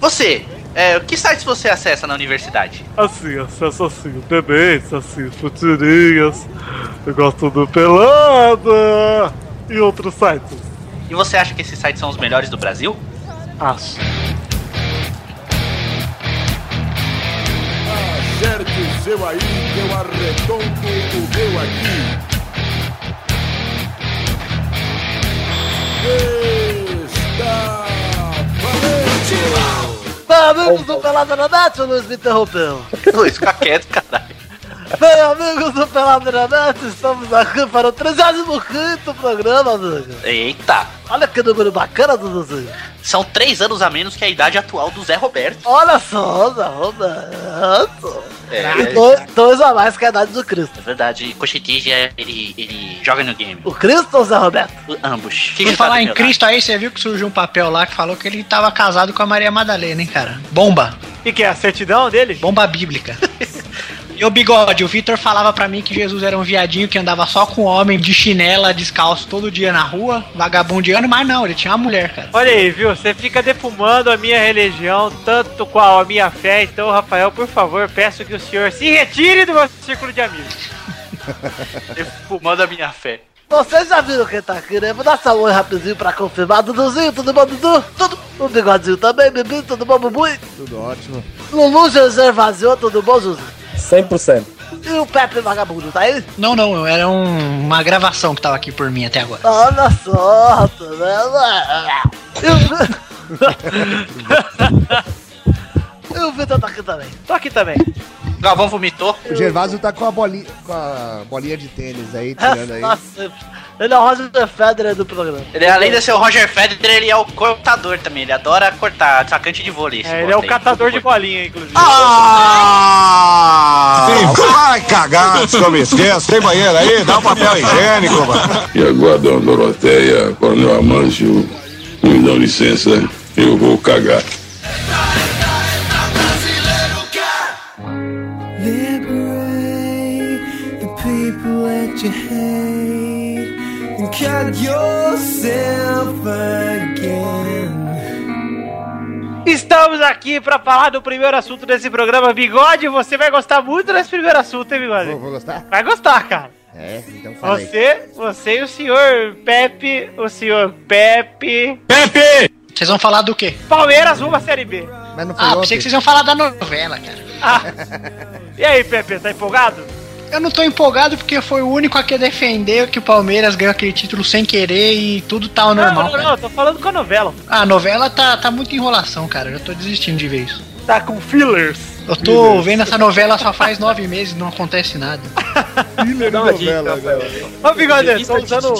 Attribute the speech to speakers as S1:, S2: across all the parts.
S1: Você, é, que sites você acessa na universidade?
S2: Assim, acesso assim, bebês, assim, futurinhas, eu gosto do Pelada e outros sites.
S1: E você acha que esses sites são os melhores do Brasil?
S2: Acho.
S3: Acerte o seu aí, eu arredondo o meu aqui. Está valente!
S4: Bem, amigos do Pelada na Net, o Luiz me interrompeu.
S1: Luiz, fica quieto, caralho.
S4: Bem, amigos do Pelada na Net, estamos aqui para o 35 programa, amigo.
S1: Eita,
S4: Olha que número bacana, Duduzinho.
S1: são três anos a menos que a idade atual do Zé Roberto.
S4: Olha só, olha, olha.
S1: É,
S4: E dois, dois a mais que a idade do Cristo.
S1: é verdade, Cochitija, ele, ele joga no game.
S4: O Cristo ou o Zé Roberto?
S1: O- Ambos. O que
S5: E
S1: que ele
S5: falar
S1: faz,
S5: em
S1: meu
S5: Cristo aí, você viu que surgiu um papel lá que falou que ele tava casado com a Maria Madalena, hein, cara? Bomba.
S6: E que é a certidão dele?
S5: Bomba bíblica. E o bigode, o Vitor falava pra mim que Jesus era um viadinho que andava só com homem, de chinela, descalço, todo dia na rua, vagabundeando, mas não, ele tinha uma mulher, cara.
S6: Olha aí, viu? Você fica defumando a minha religião, tanto qual a minha fé. Então, Rafael, por favor, peço que o senhor se retire do meu círculo de amigos.
S1: Fumando tá a minha fé.
S4: Vocês já viram quem tá aqui, né? Vou dar só um oi rapidinho pra confirmar. Duduzinho, tudo bom, Dudu? Tudo. O Bigodinho também, Bibi, tudo bom, Bubui?
S7: Tudo ótimo.
S4: Lulu, José Vazio, tudo bom, José?
S8: 100%.
S4: E o Pepe Vagabundo, tá aí?
S5: Não, não, era um- uma gravação que tava aqui por mim até agora.
S4: Olha só, tá vendo? E o... e o Vitor tá aqui também.
S6: Tô aqui também.
S1: Galvão vomitou.
S7: O Gervásio tá com a bolinha, com a bolinha de tênis aí, tirando aí.
S4: Nossa, ele é o Roger Federer do programa.
S1: Ele, além de ser o Roger Federer, ele é o cortador também. Ele adora cortar, atacante de vôlei. esse
S6: É, ele é o
S1: bota aí.
S6: catador de bolinha, inclusive.
S3: Ah!
S9: Vai cagar antes que eu me esqueça. Tem banheiro aí? Dá um papel higiênico, mano.
S3: E agora, dona Doroteia, Coronel Amâncio, me dão licença, eu vou cagar.
S8: Liberate the people that you hate and cut yourself again.
S6: Estamos aqui pra falar do primeiro assunto desse programa, Bigode. Você vai gostar muito desse primeiro assunto, hein,
S7: Vou,
S6: Bigode?
S7: vou gostar?
S6: Vai gostar, cara.
S7: É, então fala aí.
S6: Você, você e o senhor Pepe, o senhor Pepe.
S5: Vocês vão falar do quê?
S6: Palmeiras rumo à Série B.
S7: Mas não foi
S5: Ah,
S7: ontem.
S5: pensei que vocês iam falar da novela, cara.
S6: Ah. E aí, Pepe, tá empolgado?
S5: Eu não tô empolgado porque foi o único a que defendeu que o Palmeiras ganhou aquele título sem querer e tudo tá ao normal.
S6: não, não,
S5: cara.
S6: não, eu tô falando com a novela.
S5: A novela tá, tá muita enrolação, cara. Eu já tô desistindo de ver isso.
S6: Tá com fillers.
S5: Eu tô vendo essa novela só faz nove meses e não acontece nada.
S7: Thriller de novela agora.
S6: Ô, Bigode, tô usando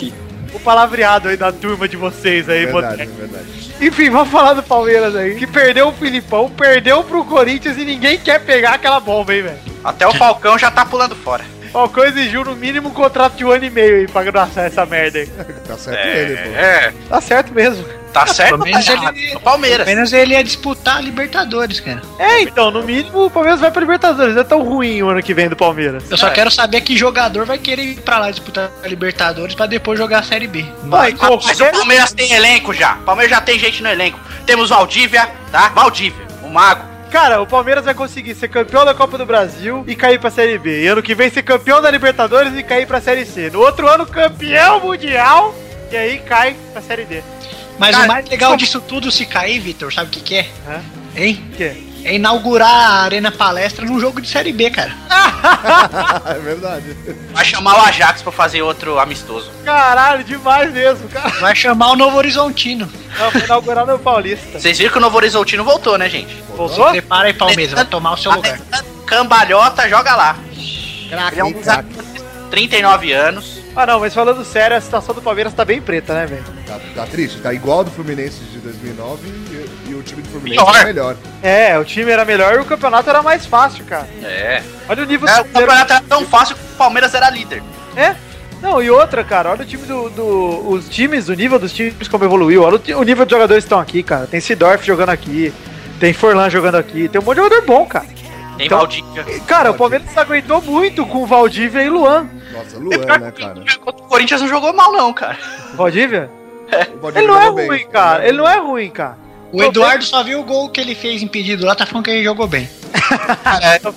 S6: o palavreado aí da turma de vocês aí,
S7: É Verdade,
S6: Boteco.
S7: verdade.
S6: Enfim, vamos falar do Palmeiras aí. Que perdeu o Filipão, perdeu pro Corinthians e ninguém quer pegar aquela bomba, hein, velho.
S1: Até o Falcão já tá pulando fora.
S6: Falcão exigiu no mínimo um contrato de um ano e meio aí pra graçar essa merda aí.
S7: Tá certo ele,
S1: É,
S6: Tá certo mesmo.
S1: tá certo.
S5: Pelo
S1: tá
S5: menos
S1: errado.
S5: ele-
S1: O Palmeiras.
S5: Apenas ele ia disputar a Libertadores, cara.
S6: É, então, no mínimo o Palmeiras vai pra Libertadores. Não é tão ruim o ano que vem do Palmeiras.
S5: Eu só quero saber que jogador vai querer ir pra lá disputar a Libertadores pra depois jogar a Série B.
S6: Vai,
S2: um
S1: Mas o Palmeiras tem elenco já. O Palmeiras já tem gente no elenco. Temos Valdívia, tá? Valdívia, o Mago.
S6: Cara, o Palmeiras vai conseguir ser campeão da Copa do Brasil e cair pra Série B. E ano que vem ser campeão da Libertadores e cair pra Série C. No outro ano, campeão mundial e aí cai pra Série D.
S5: Mas
S1: Cara,
S5: o mais legal disso tudo, se cair, Vitor, sabe o que, que é?
S6: Hã?
S5: Hein?
S6: O quê?
S5: É inaugurar a Arena Palestra num jogo de Série B, cara.
S7: pô. É verdade.
S1: Vai chamar o Ajax pra fazer outro amistoso.
S6: Caralho, demais mesmo, cara.
S5: Vai chamar o Novo Horizontino.
S6: Não, foi inaugurado no Paulista.
S1: Vocês viram que o Novo Horizontino voltou, né, gente?
S6: Voltou?
S5: Prepara aí, Palmeiras, vai tomar o seu
S1: Ah, é
S5: lugar.
S1: Cambalhota, joga lá.
S7: Craque,
S1: Ele é um
S7: hein, craque.
S1: 39 anos.
S6: Ah, não, mas falando sério, a situação do Palmeiras tá bem preta, né, velho?
S7: Tá, tá triste, tá igual do Fluminense de 2009 e, e o time do Fluminense
S1: Pior.
S7: é melhor.
S6: É, o time era melhor e o campeonato era mais fácil, cara.
S1: É.
S6: Olha o nível
S1: o campeonato era tão fácil que o Palmeiras era líder.
S6: É? Não, e outra, cara, olha o time do. do- os times, o nível dos times como evoluiu. Olha o, ti- o nível de jogadores que estão aqui, cara. Tem Sidorf jogando aqui, tem Forlan jogando aqui, tem um monte de jogador bom, cara.
S1: Tem
S6: Então-
S1: Valdívia.
S6: E, cara, o Palmeiras aguentou muito com o Valdívia e Luan.
S7: Nossa,
S1: É
S7: Luan,
S1: pior
S7: né,
S1: que
S7: cara?
S1: O Corinthians não jogou mal, não, cara.
S6: Valdívia?
S7: O Valdir
S6: Ele não é
S7: jogou bem.
S6: ruim, cara. Ele não é ruim, cara.
S5: O Eduardo só viu o gol que ele fez impedido lá, tá falando que ele jogou bem.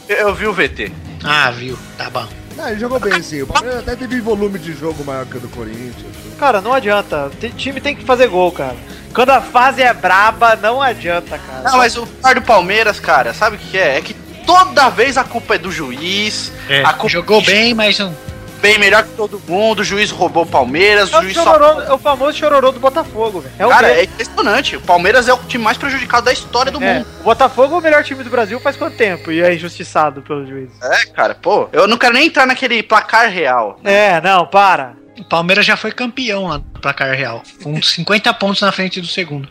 S1: Eu vi o VT.
S5: Ah, viu, tá bom.
S7: Ah, ele jogou bem, sim. O Palmeiras até teve volume de jogo maior que o do Corinthians.
S6: Cara, não adianta. Tem- time tem que fazer gol, cara. Quando a fase é braba, não adianta, cara.
S1: Não, mas o par do Palmeiras, cara, sabe o que que é? É que toda vez a culpa é do juiz. a culpa é
S5: Jogou bem, mas não.
S1: bem melhor que todo mundo. O juiz roubou o Palmeiras.
S6: É
S1: O
S6: o,
S1: juiz só.
S6: chororô- é o famoso chororô do Botafogo, velho. É o
S1: Cara,
S6: mesmo.
S1: é impressionante. O Palmeiras é o time mais prejudicado da história do
S6: É,
S1: mundo.
S6: o Botafogo é o melhor time do Brasil faz quanto tempo? E é injustiçado pelo juiz.
S1: É, cara, pô. Eu não quero nem entrar naquele placar real.
S6: É, não, para.
S5: O Palmeiras já foi campeão lá no placar real. Com 50 pontos na frente do segundo.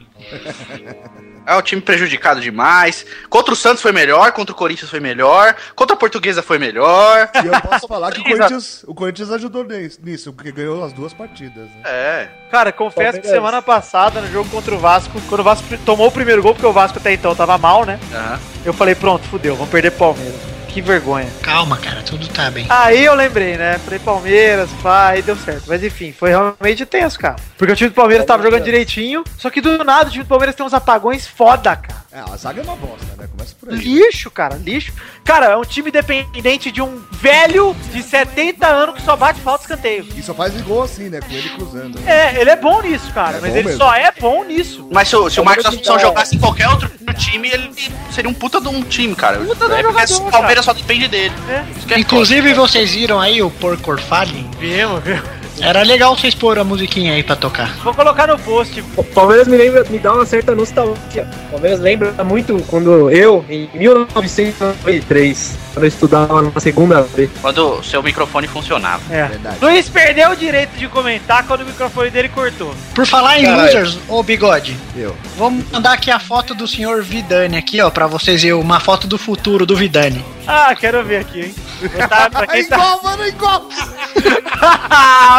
S1: É um time prejudicado demais. Contra o Santos foi melhor, contra o Corinthians foi melhor, contra a Portuguesa foi melhor.
S7: E eu posso falar que o Corinthians, o Corinthians ajudou nes- nisso, porque ganhou as duas partidas. Né?
S1: É.
S6: Cara,
S7: Tá
S6: confesso que
S8: Palmeiras.
S6: semana passada, no jogo contra o Vasco, quando o Vasco pri- tomou o primeiro gol, porque o Vasco até então tava mal, né?
S1: aham.
S6: Eu falei, pronto, fudeu, vamos perder pro Palmeiras. Que vergonha.
S5: Calma, cara, tudo tá bem.
S6: Aí eu lembrei, né? Falei Palmeiras, pá, aí deu certo. Mas enfim, foi realmente tenso, cara. Porque o time do
S7: Tá
S6: Palmeiras tava jogando direitinho, só que do nada o time do Palmeiras tem uns apagões foda, cara.
S7: É, a zaga é uma bosta, né? Começa por aí.
S6: Lixo, cara, lixo. Cara, é um time dependente de um velho de 70 anos que só bate falta e escanteio.
S7: E só faz gol assim, né? Com ele cruzando. né?
S6: É, ele é bom nisso, cara,
S7: É
S6: mas
S7: bom
S6: ele
S7: mesmo.
S6: só é bom nisso.
S1: Mas se, o- se o Marcos Assunção
S8: tá-
S1: jogasse em qualquer outro time, ele seria um puta de um time, cara.
S6: Puta de um
S1: é porque
S6: jogador,
S1: o Palmeiras só depende dele.
S6: É.
S1: Isso que é
S5: Inclusive, vocês viram aí o Porco Orfale?
S6: Vimos, viu?
S5: Era legal vocês pôr a musiquinha aí pra tocar.
S6: Vou colocar no post.
S8: O Palmeiras me lembra, me dá uma certa nostalgia. O Palmeiras lembra muito quando eu, em 1993, quando eu estudava na segunda vez.
S1: é Quando o seu microfone funcionava.
S6: É.
S7: Verdade.
S6: Luiz perdeu o direito de comentar quando o microfone dele cortou.
S5: Por falar em
S8: Caralho.
S5: losers, ô bigode,
S7: Eu.
S5: vamos mandar aqui a foto do senhor Vidani aqui, ó, pra vocês verem uma foto do futuro do Vidani.
S6: Ah, quero ver aqui, hein? Vou tá- pra Ah,
S7: É
S6: quem tá...
S7: igual, mano, é igual!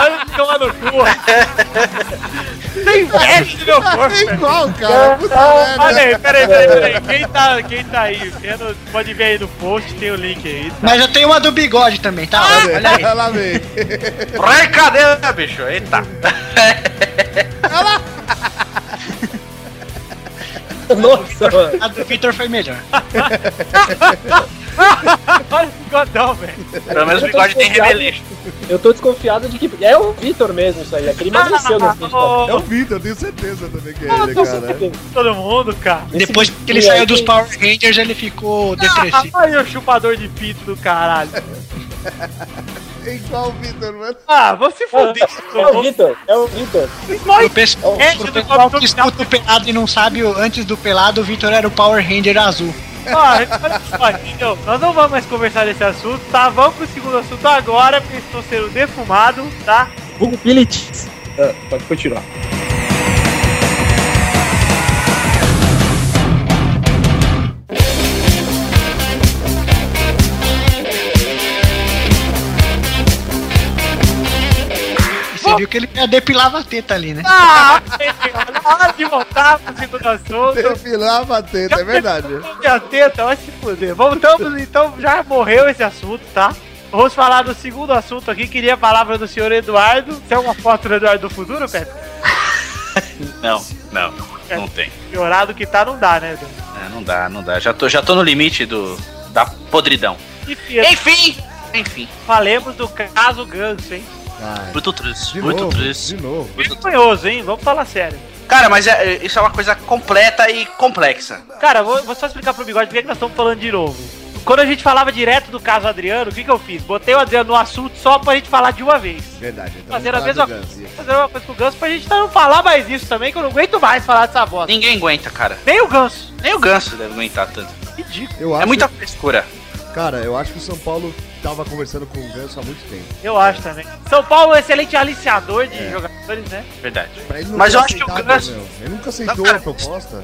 S6: Olha que toma no cu. Tem inveja do meu corpo. Ah, é,
S7: É igual, cara. Puta
S6: Olha
S7: merda.
S6: aí, peraí, peraí, peraí. Quem tá, quem tá aí vendo, pode ver aí no post, tem o link aí.
S5: Mas eu tenho uma do bigode também, tá?
S6: Ah!
S5: Olha aí.
S7: Olha lá, vem.
S1: Brincadeira, bicho. Eita.
S8: Nossa, mano.
S5: A do Vitor foi melhor.
S6: Olha o bigodão, velho.
S1: Pelo menos o bigode tem remeleixo.
S8: Eu tô desconfiado de que. É o Vitor mesmo isso aí, é que ele emagreceu no vídeo.
S7: É o
S6: Ô,
S7: Vitor, eu tenho certeza também que é
S8: Ah,
S7: ele,
S8: com
S7: cara.
S8: certeza.
S6: Todo mundo, cara.
S5: Depois que ele
S8: Esse é
S5: saiu
S8: aí
S5: dos
S8: tem-
S5: Power Rangers, ele ficou depressivo.
S6: Aí Ah, o chupador de pinto do caralho.
S7: É igual o Vitor, mano.
S6: Ah, vou se fuder.
S8: É o Vitor, é o Vitor.
S5: Pro pessoal,
S6: É,
S5: pro
S6: eu
S5: pessoal
S6: tô-
S5: que escuta o pelado e não sabe, o- antes do pelado, o Vitor era o Power Ranger azul.
S6: Ah, olha só, entendeu? Nós não vamos mais conversar desse assunto, tá? Vamos pro segundo assunto agora, porque estou sendo defumado, tá?
S8: Hugo Bilitis. Ah, pode continuar.
S5: E você viu que ele depilava a teta ali, né?
S6: Ah, na hora de voltar pro segundo assunto.
S7: Perfilava a teta, é verdade.
S6: Minha teta, vai se fuder. Voltamos então, já morreu esse assunto, tá? Vamos falar do segundo assunto aqui. Queria a palavra do senhor Eduardo. Você é uma foto do Eduardo do futuro, Pepe?
S1: Não, não.
S6: É.
S1: Não tem.
S6: Piorado que tá, não dá, né, Eduardo?
S1: É, não dá, não dá. Já tô, já tô no limite do da podridão.
S6: Enfim,
S1: Enfim! Enfim.
S6: falemos do caso Ganso, hein?
S7: Ai,
S1: Muito triste,
S7: de
S1: muito
S7: novo,
S1: triste.
S7: de novo.
S6: Vergonhoso, hein? Vamos falar sério.
S1: Cara, mas é- é- isso é uma coisa completa e complexa.
S6: Cara, vou, vou só explicar pro bigode por que que nós estamos falando de novo. Quando a gente falava direto do caso Adriano, o que, que eu fiz? Botei o Adriano no assunto só pra gente falar de uma vez.
S7: Verdade. então
S6: Fazer a
S7: vamos
S6: mesma
S7: falar do
S6: coisa.
S7: Ganso.
S6: Fazer uma coisa com o Ganso pra gente não falar mais isso também, que eu não aguento mais falar dessa bosta.
S1: Ninguém aguenta, cara.
S6: Nem o Ganso.
S1: Nem o ganso deve aguentar tanto.
S6: Ridículo.
S7: Eu
S1: É
S7: acho,
S1: muita frescura.
S7: Cara, eu acho que o São Paulo tava conversando com o Ganso há muito tempo.
S6: Eu acho também. São Paulo é um excelente aliciador de
S7: É.
S6: jogadores, né?
S1: Verdade.
S7: Pra ele não
S1: Mas
S7: ter
S1: eu acho que o
S7: aceitado,
S1: Ganso-
S7: meu. Ele nunca aceitou
S1: cara,
S7: a proposta.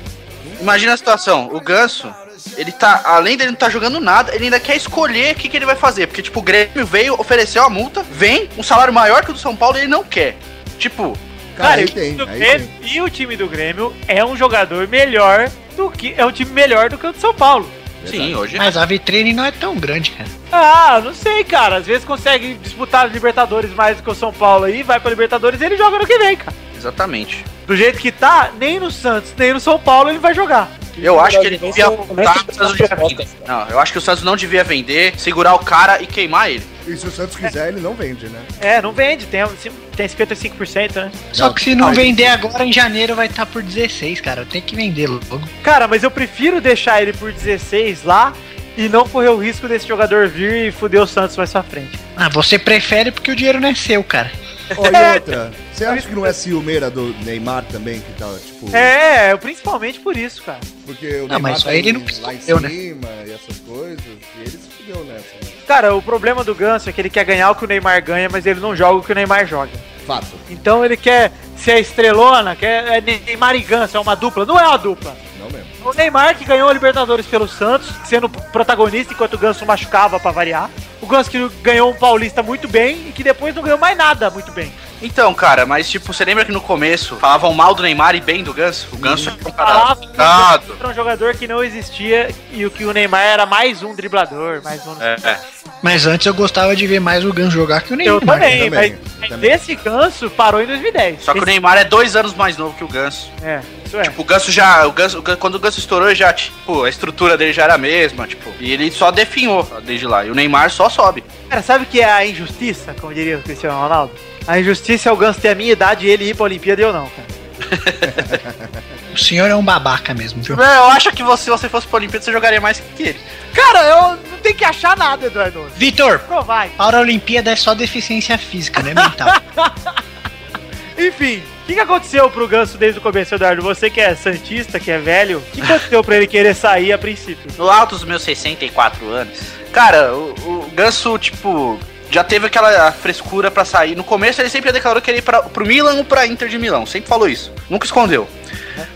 S1: Imagina a situação, o Ganso, ele tá, além dele não tá jogando nada, ele ainda quer escolher o que, que ele vai fazer. Porque, tipo, o Grêmio veio, ofereceu a multa, vem, um salário maior que o do São Paulo e ele não quer. Tipo,
S7: Cara,
S6: e
S7: aí
S6: o time
S7: tem,
S6: do
S7: aí
S6: Grêmio- E o time do Grêmio é um jogador melhor do que. É um time melhor do que o do São Paulo.
S1: sim, hoje.
S5: Mas a vitrine não é tão grande, cara.
S6: Ah, não sei, cara. Às vezes consegue disputar os Libertadores mais do que o São Paulo aí, vai pra Libertadores e ele joga no que vem, cara.
S1: Exatamente.
S6: Do jeito que tá, nem no Santos, nem no São Paulo ele vai jogar.
S1: Eu acho que ele
S8: Vem
S1: devia
S8: seu-
S1: apontar
S8: começa
S1: o Santos devia
S8: pelas
S1: vender.
S8: costas.
S1: Não, eu acho que o Santos não devia vender, segurar o cara e queimar ele.
S7: E se o Santos quiser, ele não vende, né?
S6: É, não vende, tem, tem 55%, né?
S5: Só que se não vender agora, em janeiro vai estar por 16, cara. Tem que vender logo.
S6: Cara, mas eu prefiro deixar ele por 16 lá e não correr o risco desse jogador vir e fuder o Santos mais pra frente.
S5: Ah, você prefere porque o dinheiro não é seu, cara.
S7: Ó, e outra, você acha que não é ciumeira do Neymar também, que tá, tipo...
S6: É, eu- principalmente por isso, cara.
S7: Porque o
S5: Não,
S7: Neymar
S5: mas isso
S7: tá
S5: aí ele não
S7: lá em
S5: escolheu, né?
S7: cima e essas coisas, e ele se fudeu nessa. né?
S6: Cara, o problema do Ganso é que ele quer ganhar o que o Neymar ganha, mas ele não joga o que o Neymar joga.
S7: Fato.
S6: Então ele quer ser a estrelona, quer, é Neymar e Ganso, é uma dupla. Não é uma dupla.
S7: Não mesmo.
S6: O Neymar que ganhou a Libertadores pelo Santos, sendo protagonista enquanto o Ganso machucava pra variar. O Ganso que ganhou um Paulista muito bem e que depois não ganhou mais nada muito bem.
S1: Então, cara, mas tipo, você lembra que no começo falavam mal do Neymar e bem do Ganso? O Ganso é um cara
S6: Falava
S1: Errado.
S6: que era um jogador que não existia e o que o Neymar era mais um driblador, mais um.
S1: É, é.
S5: Mas antes eu gostava de ver mais o Ganso jogar que o Neymar.
S6: Eu também,
S7: também,
S6: mas, mas
S7: também.
S6: esse Ganso parou em 2010.
S1: Só que o Neymar é dois anos mais novo que o Ganso.
S6: Esse- É, isso é.
S1: Tipo, o Ganso já. O Ganso, o Ganso- quando o Ganso estourou, já, tipo, a estrutura dele já era a mesma, tipo. E ele só definhou desde lá. E o Neymar só sobe.
S6: Cara, sabe o que é a injustiça, como diria o Cristiano Ronaldo? A injustiça é o Ganso ter a minha idade e ele ir pra Olimpíada e eu não, cara.
S5: O senhor é um babaca mesmo, viu?
S1: É, Eu acho que você, se você fosse pra Olimpíada, você jogaria mais que ele.
S6: Cara, eu não tenho que achar nada, Eduardo.
S5: Vitor,
S6: Provar.
S5: para a Olimpíada é só deficiência física, né? Mental.
S6: Enfim, o que, que aconteceu pro Ganso desde o começo, Eduardo? Você que é santista, que é velho, o que aconteceu pra ele querer sair a princípio?
S1: No alto dos meus 64 anos. Cara, o, o Ganso, tipo, já teve aquela frescura pra sair. No começo ele sempre declarou que ele ia pra, pro Milan ou pra Inter de Milão. Sempre falou isso. Nunca escondeu.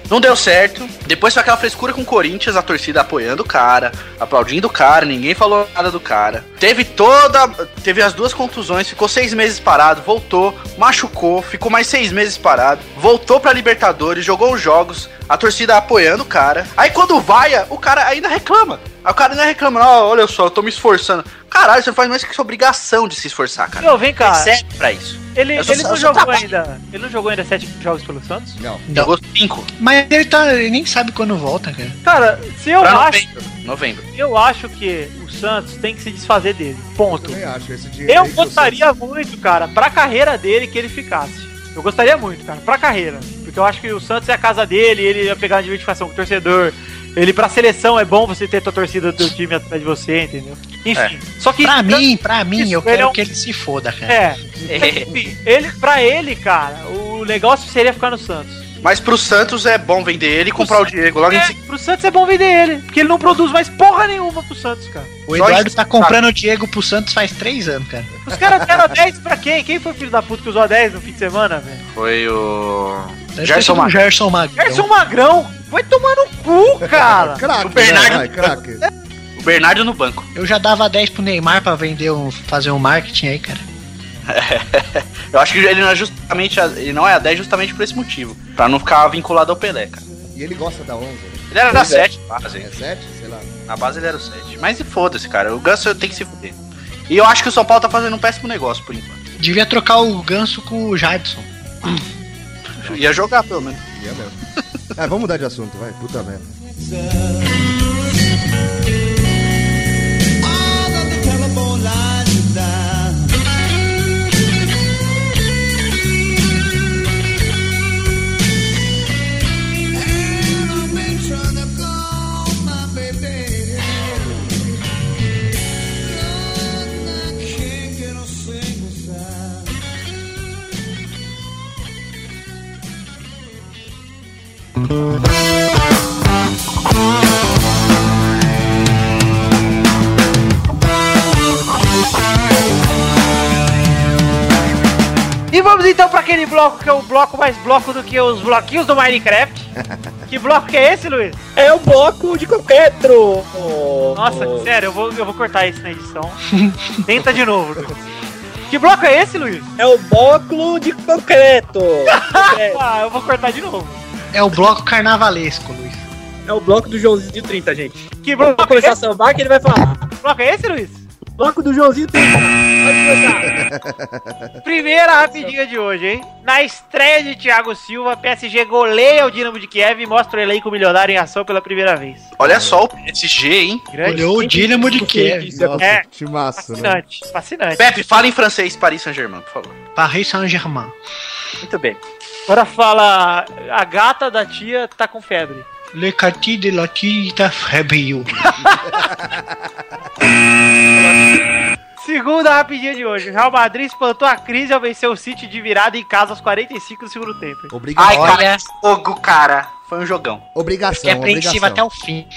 S1: Não deu certo. Depois foi aquela frescura com o Corinthians, a torcida apoiando o cara, aplaudindo o cara, ninguém falou nada do cara. Teve toda. Teve as duas contusões, ficou seis meses parado, voltou, machucou, ficou mais seis meses parado, voltou pra Libertadores, jogou os jogos, a torcida apoiando o cara. Aí quando vaia, o cara ainda reclama. Aí o cara ainda reclama, "Ah, olha só, eu tô me esforçando. Caralho, você não faz mais que sua obrigação de se esforçar, cara.
S6: Não, vem cá.
S1: Serve pra isso.
S6: Ele,
S1: eu sou-
S6: ele não
S1: eu sou
S6: jogou
S1: trabalho.
S6: ainda. Ele não jogou ainda sete jogos pelo Santos?
S7: Não.
S5: Não.
S1: Jogou cinco.
S5: mas ele, tá, ele nem sabe quando volta, cara.
S6: Cara, se eu
S1: pra
S6: acho,
S1: novembro. Novembro.
S6: eu acho que o Santos tem que se desfazer dele. Ponto.
S7: Também acho. Esse dinheiro
S6: Eu
S7: aí que o
S6: gostaria muito, cara, pra carreira dele que ele ficasse. Eu gostaria muito, cara, pra carreira. Porque eu acho que o Santos é a casa dele, ele ia pegar uma identificação com o torcedor. Ele, pra seleção, é bom você ter tua torcida do teu time atrás de você, entendeu? Enfim.
S1: É.
S6: Só que.
S5: Pra mim, pra mim,
S6: Isso,
S5: eu
S6: ele é
S5: quero
S6: um-
S5: que ele se foda, cara.
S6: É. Enfim, ele, pra ele, cara, o negócio seria ficar no Santos.
S1: Mas pro Santos é bom vender ele e comprar o Diego logo em
S6: É,
S1: seguida.
S6: pro Santos é bom vender ele, porque ele não produz mais porra nenhuma pro Santos, cara.
S5: O
S1: Só
S5: Eduardo
S1: isso,
S5: tá
S1: cara.
S5: comprando o Diego pro Santos faz três anos, cara.
S6: Os caras deram 10 pra quem? Quem foi o filho da puta que usou a 10 no fim de semana, velho?
S1: Foi o.
S5: Deve ter
S1: Gerson
S5: sido o
S1: Magrão.
S5: Gerson
S8: Então-
S5: Então, Magrão.
S6: Gerson um Magrão, vai tomar no cu, cara!
S7: Craque,
S1: Bernardo-
S7: né? Vai, craque.
S1: O Bernardo no banco.
S5: Eu já dava 10 pro Neymar pra vender um, fazer um marketing aí, cara.
S1: Eu acho que ele não é justamente. a- ele não é a 10 justamente por esse motivo. Pra não ficar vinculado ao Pelé, cara.
S7: E ele gosta da 11, né?
S1: Ele era da
S7: Pois é.
S1: 7 base.
S7: É 7? Sei lá.
S1: Na base ele era o 7. Mas e foda-se, cara. O Ganso tem que se fuder. E eu acho que o São Paulo tá fazendo um péssimo negócio por enquanto.
S5: Devia trocar o Ganso com o Jadson.
S1: Ia jogar, pelo menos.
S7: E é mesmo. Ah, vamos mudar de assunto, vai. Puta merda.
S6: E vamos então pra aquele bloco que é o bloco mais bloco do que os bloquinhos do Minecraft. que bloco que é esse, Luiz?
S8: É o bloco de qualquer tro.
S6: Nossa, sério, eu vou, eu vou cortar isso na edição. Tenta de novo, Luiz. Que bloco é esse, Luiz?
S8: É o bloco de concreto. é,
S6: Ah, eu vou cortar de novo.
S5: É o bloco carnavalesco, Luiz.
S8: é o bloco do Joãozinho de 30, gente.
S6: Que
S8: Vamos
S6: bloco é
S8: começar a
S6: esse?
S8: sambar que ele vai falar.
S6: Que bloco é esse, Luiz?
S8: Bloco do Joãozinho 30. Pode começar.
S6: Primeira rapidinha de hoje, hein? Na estreia de Thiago Silva, PSG goleia o Dinamo de Kiev e mostra o elenco milionário em ação pela primeira vez.
S1: Olha só o PSG, hein?
S6: Grande.
S5: Olhou o né? Dínamo de Kiev.
S7: Nossa,
S6: É.
S7: que massa, né?
S6: Fascinante, fascinante.
S1: Pepe, fala em francês, Paris Saint-Germain, por favor.
S5: Paris Saint-Germain.
S6: Muito bem. Agora fala, a gata da tia tá com febre.
S5: Le Cati de la Tita Febio.
S6: Segunda rapidinha de hoje. O Real Madrid espantou a crise ao vencer o City de virada em casa aos 45 do segundo tempo.
S1: Ai,
S7: Obrigatório.
S1: cara, é jogo, cara. Foi um jogão.
S7: Obrigação,
S5: Fiquei apreensivo
S7: obrigação.
S5: até o fim.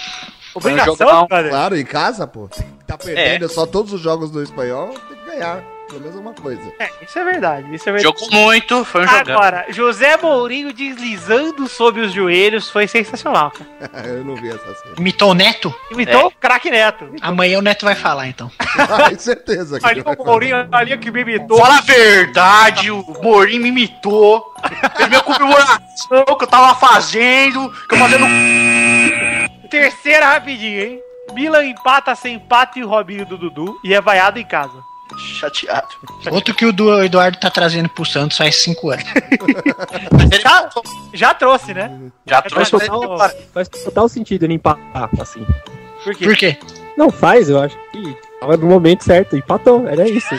S6: Obrigação,
S1: jogão.
S6: brother.
S7: Claro, em casa, pô. Tá perdendo
S1: É.
S7: só todos os jogos do espanhol, tem que ganhar. Pelo menos alguma coisa.
S6: É, isso é verdade, isso é verdade.
S1: Jogou muito, foi um jogão.
S6: Agora, José Mourinho deslizando sob os joelhos foi sensacional, cara.
S7: Eu não vi essa cena.
S5: Mitou o Neto?
S1: É.
S6: Imitou o craque Neto.
S5: Amanhã o Neto vai falar, então.
S7: Ah, certeza que
S6: Ali
S7: ele
S6: com tipo,
S7: vai
S6: o
S7: fazer.
S6: Mourinho, ali que me imitou.
S1: Fala a verdade, o Morim me imitou. Ele me comemoração que eu tava fazendo, que eu fazendo
S6: Terceira rapidinho, hein? Milan empata sem empate e o Robinho do Dudu e é vaiado em casa.
S1: chateado.
S5: Outro que o Du- Eduardo tá trazendo pro Santos faz cinco anos.
S1: Ele
S6: Já, já trouxe, né?
S1: já
S6: É
S1: trouxe
S6: pra
S1: pra ele.
S6: dar
S8: Faz total sentido ele empatar, assim.
S6: Por quê?
S5: Por quê?
S8: Não faz, eu acho que tava no momento certo, empatou, era isso.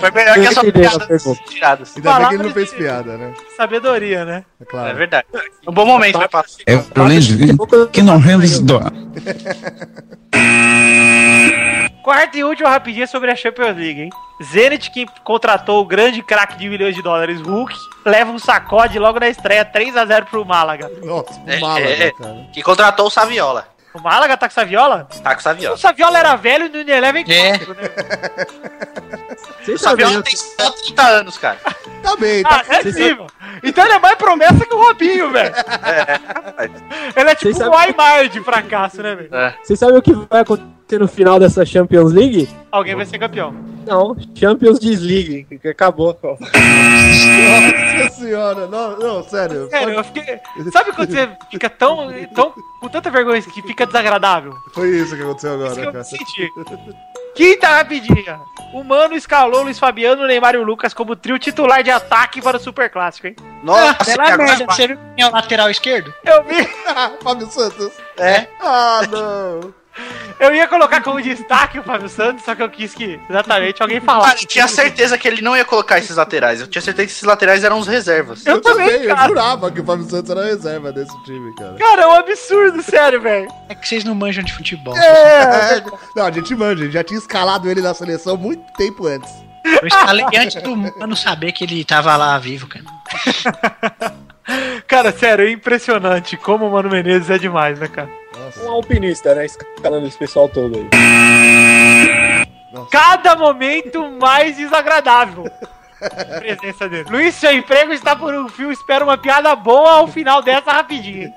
S1: Foi melhor que
S8: Eu
S1: essa
S8: entendi a
S1: piada assim.
S8: pergunta.
S1: tiradas.
S7: Ainda bem que ele
S6: Palavra
S7: não fez
S6: de-
S7: piada, né?
S6: Sabedoria, né?
S7: É
S1: É
S7: claro.
S1: verdade. Um bom momento, vai passar.
S10: É o problema que não vemos do...
S6: Quarta e última rapidinha sobre a Champions League, hein? Zenit, que contratou o grande craque de milhões de dólares, Hulk, leva um sacode logo na estreia 3x0 pro Málaga.
S7: Nossa,
S1: É,
S7: mala,
S1: é.
S7: né, cara?
S1: Que contratou o Saviola.
S6: O Málaga tá com Saviola?
S1: Tá com o
S6: O
S1: Saviola.
S6: Saviola era velho e no Unilever
S5: É.
S1: O Saviola tem só 30 anos, cara.
S7: Tá bem,
S6: Ah,
S7: tá.
S6: é incrível. Então ele é mais promessa que o Robinho, velho. Ele é tipo
S8: Vocês
S6: um Aymar de fracasso, né, velho?
S8: Vocês sabem o que vai acontecer no final dessa Champions League?
S6: Alguém vai ser campeão.
S8: Não, Champions Desligue, que acabou. pô.
S7: Nossa senhora, não, não, sério.
S6: Sério, eu fiquei... Sabe quando você fica tão, tão... Com tanta vergonha que fica desagradável?
S7: Foi isso que aconteceu
S6: Isso que
S7: agora,
S6: eu
S7: cara.
S6: senti. Quinta rapidinha. O Mano escalou Luiz Fabiano, Neymar e o Lucas como trio titular de ataque para o Super Clássico, hein?
S1: Nossa,
S5: Pela
S1: e agora
S5: merda,
S1: vai.
S5: você viu quem é o lateral esquerdo?
S6: Eu vi...
S7: Fábio Santos.
S1: É.
S7: Ah, não.
S6: Eu ia colocar como destaque o Fábio Santos, só que eu quis que exatamente alguém
S1: Cara,
S6: falasse.
S1: eu tinha certeza que ele não ia colocar esses laterais. Eu tinha certeza que esses laterais eram os reservas.
S6: Eu também,
S7: eu
S6: cara.
S7: jurava que o Fábio Santos era a reserva desse time, cara.
S6: Cara, é um absurdo, sério, velho.
S5: É que vocês não manjam de futebol.
S7: É, não, a gente manja, a gente já tinha escalado ele na seleção muito tempo antes.
S5: Eu escalei antes do mano saber que ele tava lá vivo, cara.
S6: Cara, sério, é impressionante como o Mano Menezes é demais, né, cara?
S8: Um alpinista, né? Escalando esse pessoal todo aí.
S6: Cada momento mais desagradável. a Presença dele. Luiz, seu emprego está por um fio. Espero uma piada boa ao final dessa rapidinho.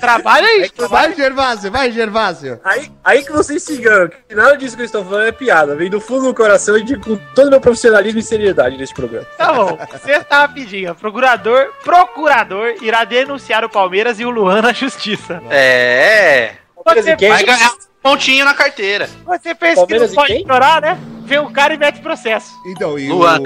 S6: Trabalha
S8: É
S6: aí.
S7: Vai, Gervásio, vai, Gervásio.
S8: Aí, aí que vocês se enganam, que nada disso que eu estou falando é piada. Vem do fundo do coração e digo com todo o meu profissionalismo e seriedade nesse programa.
S6: Tá bom. Sexta rapidinha. Procurador, procurador irá denunciar o Palmeiras e o Luan na justiça.
S1: É.
S8: Palmeiras
S6: Você
S8: e quem?
S1: Vai ganhar um pontinho na carteira.
S6: Você pensa que
S8: Palmeiras
S6: não
S8: e
S6: pode
S8: quem?
S6: ignorar, né? Vê o cara e mete processo.
S7: Então, e
S1: Luan.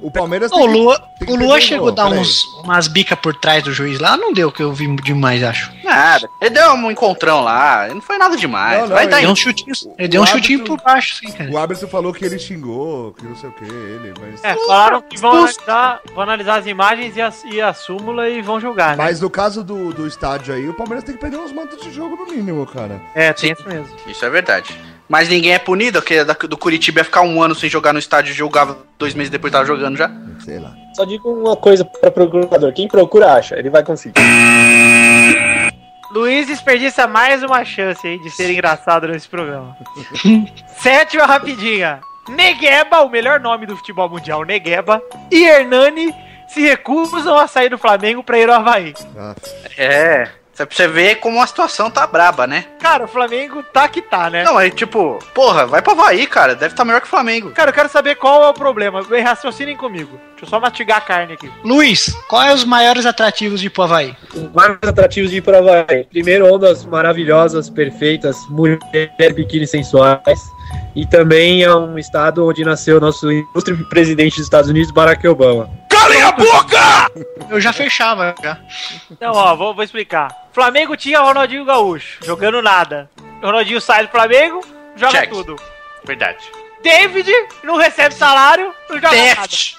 S7: o, o Palmeiras
S5: O Lua,
S7: tem que
S5: o
S7: perder
S5: Lua
S7: o
S5: chegou a
S7: Lua,
S5: dar
S7: peraí.
S5: uns, umas bicas por trás do juiz lá, não deu o que eu vi demais, acho.
S1: Nada. Ele deu um encontrão lá. Não foi nada demais.
S7: Não, não,
S1: Vai dar
S5: Deu
S1: em
S5: um chutinho, ele deu um chutinho por baixo, sim, cara.
S7: O árbitro falou que ele xingou, que não sei o que, ele, mas...
S6: É, falaram que vão analisar, vão analisar as imagens e a, e a súmula e vão julgar, né?
S7: Mas no caso do, do estádio aí, o Palmeiras tem que perder uns mantos de jogo no mínimo, cara.
S6: É, tem isso mesmo.
S1: Isso é verdade. Mas ninguém é punido, porque da- do Curitiba ia ficar um ano sem jogar no estádio, jogava dois meses depois tava jogando já.
S7: Sei lá.
S8: Só digo uma coisa para procurador: quem procura acha, ele vai conseguir.
S6: Luiz desperdiça mais uma chance aí de ser engraçado nesse programa. Sétima rapidinha. Negueba, o melhor nome do futebol mundial, Negueba, e Hernani se recusam a sair do Flamengo pra ir ao Havaí.
S7: Ah,
S1: É. Pra você ver como a situação tá braba, né?
S6: Cara, o Flamengo tá que tá, né?
S1: Não, aí tipo, porra, vai pro Havaí, cara. Deve tá melhor que o Flamengo.
S6: Cara, eu quero saber qual é o problema. Vem, Raciocinem comigo. Deixa eu só mastigar a carne aqui.
S5: Luiz, quais é os maiores atrativos de Havaí?
S11: Os mais atrativos de ir pro Havaí. Primeiro, ondas maravilhosas, perfeitas, mulher biquíni sensuais. E também é um estado onde nasceu o nosso ilustre presidente dos Estados Unidos, Barack Obama.
S1: Calem a boca!
S5: Eu já fechava, já.
S6: Então, ó, vou, vou explicar. Flamengo tinha Ronaldinho Gaúcho, jogando nada. Ronaldinho sai do Flamengo, joga
S1: Check.
S6: tudo.
S1: Verdade.
S6: David não recebe salário, não joga
S1: Theft.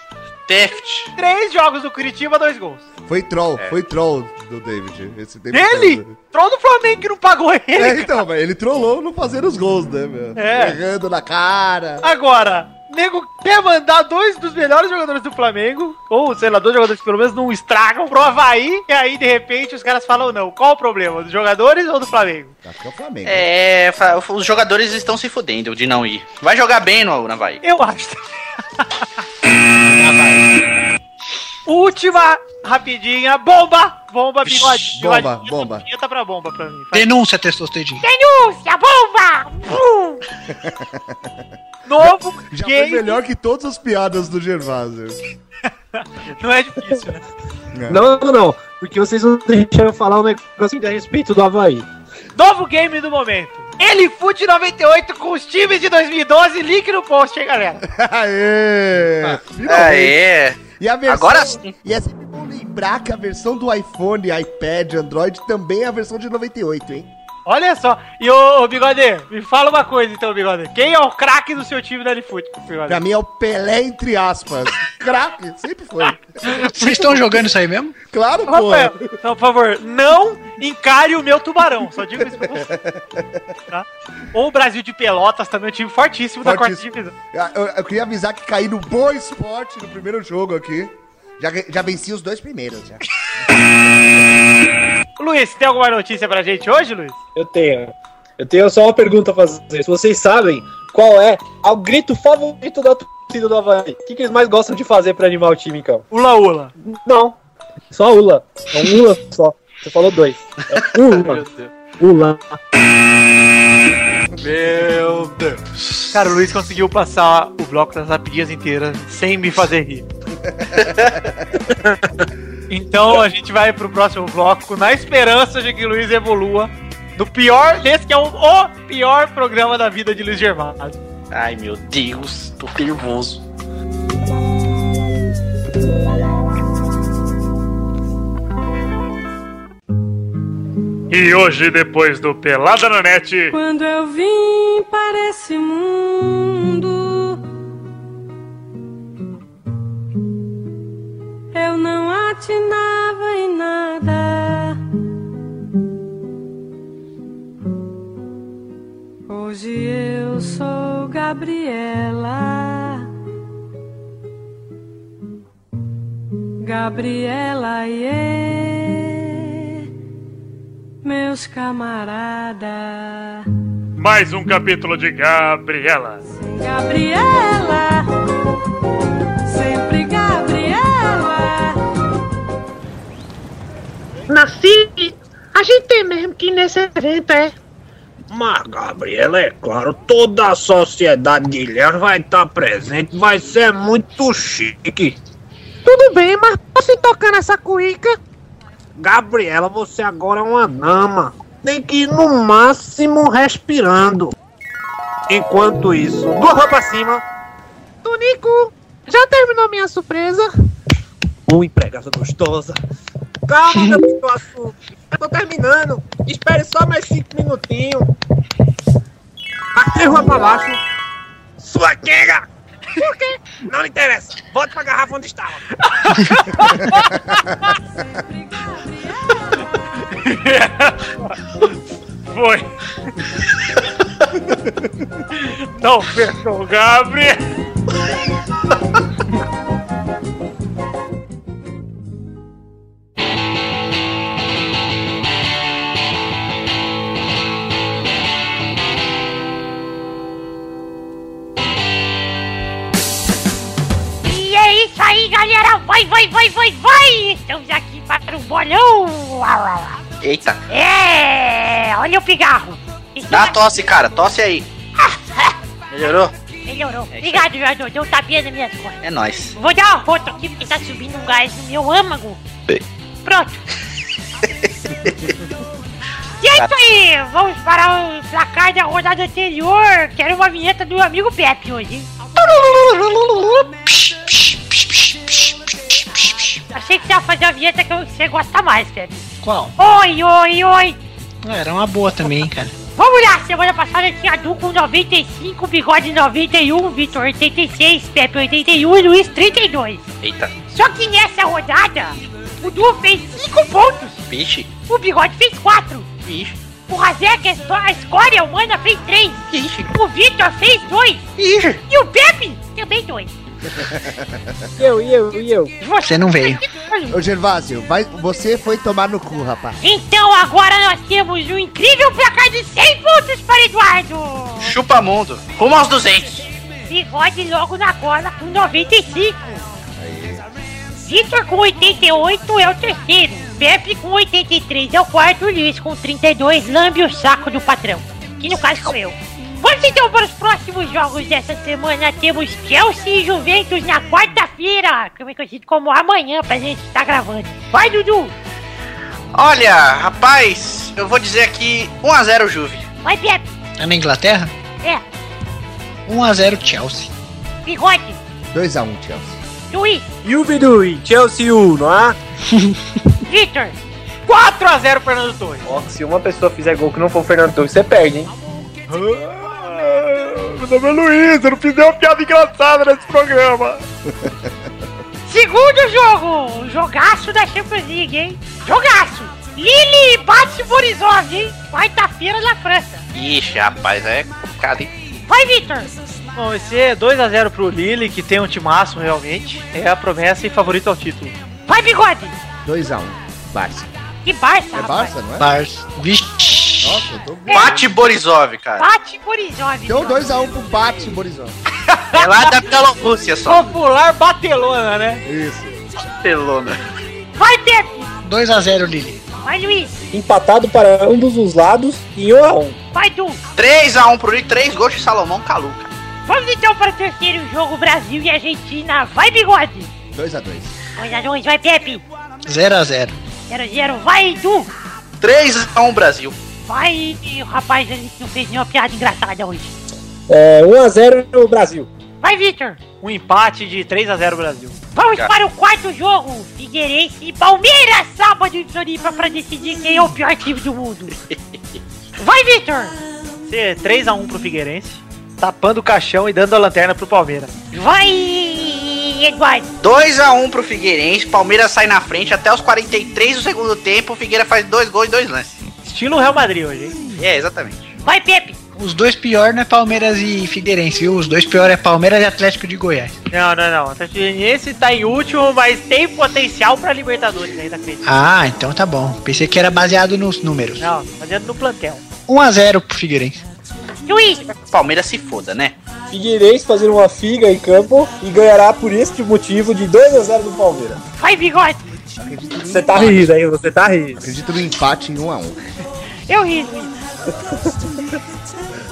S1: Theft.
S6: nada. Três jogos do Curitiba, dois gols.
S7: Foi troll,
S1: É.
S7: foi troll do David. Esse David
S6: Ele?
S7: Souza.
S6: Troll do Flamengo que não pagou ele.
S7: É, então, mas ele trollou não fazendo os gols, né, meu?
S6: É.
S7: Errando na cara.
S6: Agora, nego quer mandar dois dos melhores jogadores do Flamengo, ou sei lá, dois jogadores que pelo menos não estragam, pro Havaí, e aí de repente os caras falam não. Qual o problema? Dos jogadores ou do Flamengo?
S7: Tá ficando Flamengo.
S1: É, fa- os jogadores estão se fudendo de não ir. Vai jogar bem no, na Havaí.
S6: Eu acho. Última, rapidinha, bomba! Bomba,
S1: Ixi,
S6: bigode.
S7: bomba,
S6: bigodinho,
S7: bomba.
S6: Vinheta pra bomba pra mim. Vai.
S5: Denúncia, testosterinha.
S6: Denúncia, bomba! Bum! Novo
S7: Já foi
S6: game.
S7: melhor que todas as piadas do Gervásio.
S6: Não é difícil, né?
S11: Não, não, não. Porque vocês não deixam eu falar um negócio a respeito do Havaí.
S6: Novo game do momento. Ele Fute 98 com os times de 2012. Link no post, hein, galera.
S7: Aê! Finalmente.
S1: Ah, Aê!
S7: E a versão,
S1: Agora sim.
S7: E é sempre bom lembrar que a versão do iPhone, iPad, Android também é a versão de 98, hein?
S6: Olha só. E ô, ô, Bigode, me fala uma coisa então, Bigode. Quem é o craque do seu time da Lifute, Bigode?
S7: Pra mim é o Pelé, entre aspas. Craque, sempre foi.
S5: Vocês estão jogando isso aí mesmo?
S7: Claro, pô.
S6: Rafael, então, por favor, não encare o meu tubarão. Só digo isso pra você. Tá? Ou o Brasil de Pelotas também é um time fortíssimo, da quarta
S7: Fortíssimo.
S6: divisão.
S7: Ah, Eu, eu queria avisar que caí no Boa Esporte no primeiro jogo aqui. Já, já venci os dois primeiros, já.
S6: Luiz, tem alguma notícia pra gente hoje, Luiz?
S11: Eu tenho. Eu tenho só uma pergunta a fazer. Se vocês sabem qual é o grito favorito da torcida do Havaí, o que, que eles mais gostam de fazer pra animar o time, então?
S6: Ula Ula.
S11: Não. Só Ula. É um Ula só. Você falou dois. É Ula. Ula.
S6: Meu Deus. Cara, o Luiz conseguiu passar o bloco das rapidinhas inteiras sem me fazer rir. então a gente vai pro próximo bloco na esperança de que o Luiz evolua no pior, desse que é o, o pior programa da vida de Luiz Gervásio.
S1: Ai, meu Deus, tô nervoso.
S2: E hoje, depois do Pelada na Net,
S12: Quando eu vim para esse mundo, eu não atinava em nada. Hoje eu sou Gabriela. Gabriela, yeah meus camaradas.
S2: mais um capítulo de Gabriela.
S12: Gabriela, sempre Gabriela.
S13: Nasci, a gente tem mesmo que ir nesse evento, é.
S14: Mas, Gabriela, é claro, toda a sociedade Guilherme vai estar presente, vai ser muito chique.
S13: Tudo bem, mas posso ir tocar nessa cuíca?
S14: Gabriela, você agora é uma dama. Tem que ir no máximo respirando. Enquanto isso, duas mãos pra cima.
S13: Tonico, já terminou minha surpresa?
S14: Uma empregada gostosa.
S13: Calma, meu pescoço. Eu tô terminando. Espere só mais cinco minutinhos.
S14: Aqui rua pra baixo. Sua quega! Não lhe interessa. Volte pra garrafa onde estava.
S2: Foi. Não fechou, Gabriel.
S12: E é isso aí, galera. Vai, vai, vai, vai, vai. Estamos aqui para o bolão. Lá, lá, lá.
S1: Eita.
S11: É, olha o pigarro.
S1: Dá tosse, cara. Tosse aí. Melhorou?
S11: Melhorou. Obrigado, Jordan. Deu um tapinha nas minhas costas.
S1: É nóis.
S11: Vou dar uma foto aqui porque tá subindo um gás no meu âmago.
S1: Bem.
S11: Pronto. e é isso aí. Vamos para o placar da rodada anterior. Quero uma vinheta do amigo Pepe hoje. hein? Achei que você ia fazer a vinheta que você gosta mais, Pepe.
S5: Qual?
S11: Oi, oi, oi.
S5: Ah, Era uma boa também, hein, cara.
S11: Vamos lá, semana passada tinha Du com 95, Bigode 91, Vitor 86, Pepe 81 e Luiz 32.
S1: Eita.
S11: Só que nessa rodada, o Du fez 5 pontos,
S1: Vixe.
S11: o Bigode fez 4,
S1: Vixe.
S11: o Razek, a esco- a escória humana, fez 3, o Vitor fez 2 e o Pepe também 2.
S7: Eu, eu, eu.
S5: Você não veio.
S7: Ô Gervásio, vai, você foi tomar no cu, rapaz.
S11: Então agora nós temos um incrível placar de 100 pontos para Eduardo.
S1: Chupa mundo. Rumo aos 200.
S11: Bigode logo na cola com 95. Vitor com 88 é o terceiro. Pepe com 83 é o quarto. Luiz com 32 lambe o saco do patrão. Que no caso sou eu. Vamos então para os próximos jogos dessa semana. Temos Chelsea e Juventus na quarta-feira. Como é conhecido como amanhã pra gente estar gravando. Vai, Dudu.
S1: Olha, rapaz, eu vou dizer aqui 1x0 Juve.
S11: Vai, Pepe.
S5: É na Inglaterra?
S11: É.
S5: 1x0 Chelsea.
S11: Bigode.
S7: 2x1, Chelsea.
S11: Luiz.
S15: Juve Dui, Chelsea 1, não é?
S11: Vitor.
S6: 4x0 Fernando Torres.
S8: Se uma pessoa fizer gol que não for o Fernando Torres, você perde, hein?
S6: Ah,
S2: Meu nome é Luiz, eu não fiz nenhuma piada engraçada nesse programa.
S11: Segundo jogo, jogaço da Champions League, hein? Jogaço! Lille bate Borisov, hein? Quarta-feira na França.
S1: Ixi, rapaz, é complicado, hein?
S11: Vai, Victor!
S6: Bom, esse é 2x0 pro Lille, que tem um timaço realmente. É a promessa e favorito ao título.
S11: Vai, Bigode!
S7: 2x1, Barça.
S11: Que Barça,
S7: É
S11: rapaz!
S7: um. Barça, não é?
S5: Barça.
S7: Nossa, eu tô... Então,
S1: Bate Borisov, cara.
S11: Bate Borisov!
S7: Deu 2x1 pro Bate, Borisão.
S1: É lá da Bielorrússia só.
S6: Popular batelona, né?
S7: Isso.
S1: Barcelona.
S11: Vai, Pepe!
S5: 2x0 Lille.
S11: Vai, Luiz!
S8: Empatado para ambos os lados e 1 a 1.
S11: Vai, Du!
S1: 3x1 pro Lille, 3 gols de Salomão Calu, cara.
S11: Vamos então para o terceiro jogo, Brasil e Argentina. Vai, Bigode!
S7: 2x2.
S11: 2x2, vai, Pepe!
S5: 0x0.
S11: 0x0, vai, Du!
S1: 3x1 Brasil.
S11: Vai, rapaz, a gente não fez nenhuma piada engraçada hoje.
S8: É, 1x0 no Brasil.
S11: Vai, Victor!
S6: Um empate de 3x0 Brasil.
S11: Vamos
S6: Cara.
S11: para o quarto jogo! Figueirense e Palmeiras, sábado em Floripa, pra decidir quem é o pior time do mundo. Vai, Victor!
S6: Esse é 3x1 pro Figueirense, tapando o caixão e dando a lanterna pro Palmeiras.
S11: Vai, Eduardo!
S1: 2x1 pro Figueirense, Palmeiras sai na frente até os 43 do segundo tempo, o Figueira faz dois gols e dois lances.
S6: Estilo Real Madrid hoje, hein?
S1: É, exatamente.
S11: Vai, Pepe!
S5: Os dois piores não é Palmeiras e Figueirense, viu? Os dois piores é Palmeiras e Atlético de Goiás.
S6: Não, não, não. O Atlético Goianiense tá em último, mas tem potencial pra Libertadores né? ainda, acredito.
S5: Ah, então tá bom. Pensei que era baseado nos números.
S6: Não, fazendo no plantel.
S5: 1x0 pro Figueirense.
S11: Luiz!
S1: Palmeiras se foda, né?
S8: Figueirense fazendo uma figa em campo e ganhará por este motivo de 2x0 do Palmeiras.
S11: Vai, Bigode!
S8: Você tá rindo aí, você tá rindo.
S7: Acredito no empate em 1x1.
S11: Eu ri, Luiz.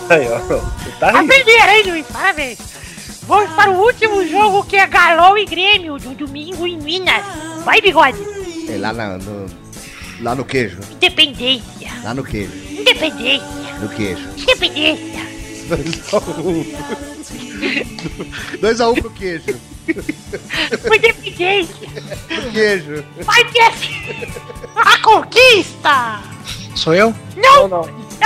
S8: Aí, ó. Você tá
S11: A
S8: rindo.
S11: primeira, hein, Luiz? Parabéns! Vamos para o último jogo, que é Galol e Grêmio, do domingo em Minas. Vai, Bigode!
S7: É lá, na- no, lá no queijo.
S11: Independência!
S7: Lá no queijo.
S11: Independência!
S7: No queijo. um.
S11: Independência!
S7: 2x1. 2x1 pro queijo.
S11: Foi independência!
S7: Pro queijo.
S11: Vai, Pepe! A conquista!
S5: Sou eu?
S11: Não!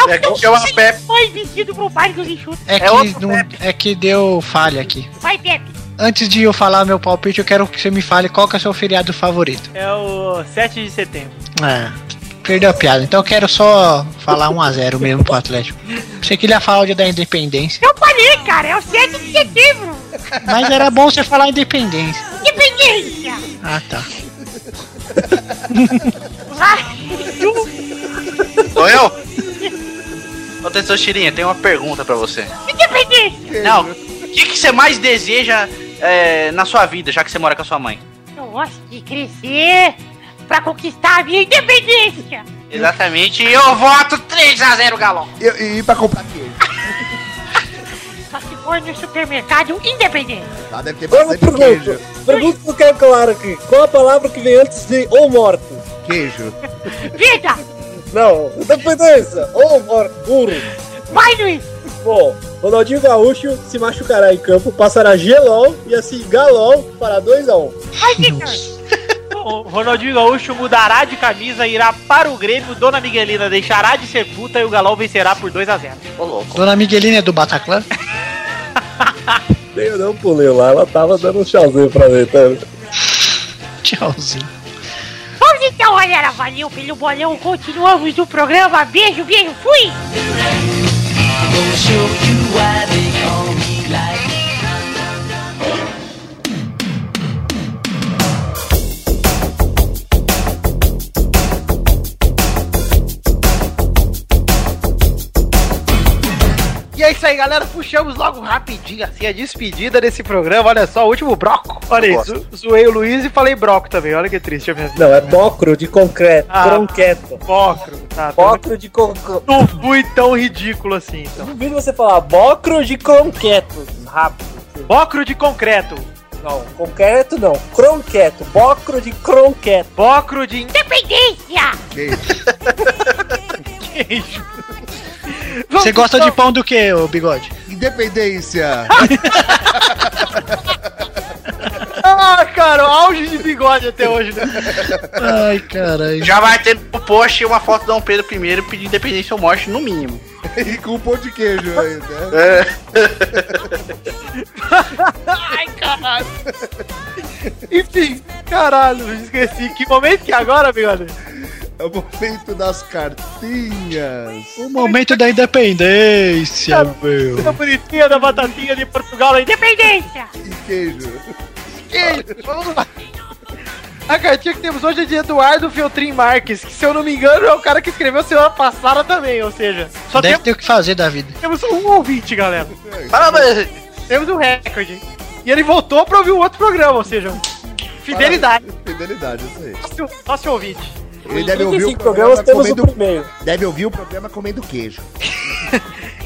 S1: É
S11: que
S1: que é uma Pepe.
S11: Foi vencido pro baile dos enxutos.
S5: É, que, não, é que deu falha aqui.
S11: Vai, Pepe.
S5: Antes de eu falar meu palpite, eu quero que você me fale qual que é o seu feriado favorito.
S6: É o 7 de setembro.
S5: Ah, perdeu a piada. Então eu quero só falar 1x0 mesmo pro Atlético. Pensei que ele ia falar o dia da independência.
S11: Eu falei, cara, é o 7 de setembro.
S5: Mas era bom você falar independência.
S11: Independência.
S5: Ah, tá.
S11: Vai, Du.
S1: Sou eu? Ô, Tensor Chirinha, tem uma pergunta pra você.
S11: Independência.
S1: Não, o que, que você mais deseja é, na sua vida, já que você mora com a sua mãe?
S11: Eu gosto de crescer pra conquistar a minha independência.
S5: Exatamente, e eu voto 3x0 Galão.
S7: E, e, e pra comprar queijo?
S11: Só se for no supermercado independente.
S7: Tá, deve ter
S8: Agora eu
S7: bastante queijo.
S8: pergunto, pergunto pro Caio Claro aqui, qual a palavra que vem antes de ou morto?
S7: Queijo.
S11: Vida!
S8: Não, dependência, ou morto, burro.
S11: Vai, Luiz!
S8: Bom, Ronaldinho Gaúcho se machucará em campo, passará gelol e assim galol para 2x1.
S11: Vai, Vitor!
S6: O Ronaldinho Gaúcho mudará de camisa, irá para o Grêmio, Dona Miguelina deixará de ser puta e o Galol vencerá por 2x0.
S7: Ô, louco.
S5: Dona Miguelina é do Bataclan?
S8: Eu não pulei lá, ela tava dando um tchauzinho pra mim, tá?
S5: Tchauzinho.
S11: Vamos então, galera. Valeu pelo bolão. Continuamos o programa. Beijo, beijo. Fui!
S4: E é isso aí, galera. Puxamos logo rapidinho assim a despedida desse programa. Olha só, o último broco.
S6: Olha isso, zoei o Luiz e falei broco também. Olha que triste a minha vida.
S8: Não, é bocro de concreto,
S6: Ah.
S8: tronqueto.
S6: Bocro, tá.
S8: Bocro de concreto.
S6: Não fui tão ridículo assim, então.
S8: Duvido você falar bocro de concreto, rápido.
S6: Bocro de concreto.
S8: Não, concreto não, cronqueto, bocro de cronqueto.
S6: Bocro de...
S11: Independência!
S6: Queijo.
S5: Você gosta de pão do que, ô bigode?
S7: Independência.
S6: Ah, cara, o auge de bigode até hoje, né?
S5: Ai, caralho.
S1: Já vai ter no post uma foto de Dom Pedro I pedindo independência ou morte, no mínimo.
S7: e com um pão de queijo aí, né?
S1: É.
S6: Ai, caralho. Enfim, caralho, esqueci. Que momento que é agora, bigode?
S7: É o momento das cartinhas.
S5: O momento da independência, meu.
S6: A bonitinha da batatinha de Portugal, a
S11: Independência!
S7: E queijo.
S6: Queijo, vamos lá. A cartinha que temos hoje é de Eduardo Feltrin Marques, que se eu não me engano é o cara que escreveu semana passada também, ou seja, só
S5: Deve ter o que fazer da vida.
S6: temos um ouvinte, galera.
S1: Parabéns!
S6: Temos um recorde. hein? E ele voltou pra ouvir o outro programa, ou seja, um fidelidade.
S7: Fidelidade, isso aí.
S6: Só se- Só se ouvinte.
S7: Ele deve ouvir o
S8: 35
S7: programa
S8: programas temos
S7: comendo...
S8: o primeiro.
S7: Deve ouvir o programa comendo queijo.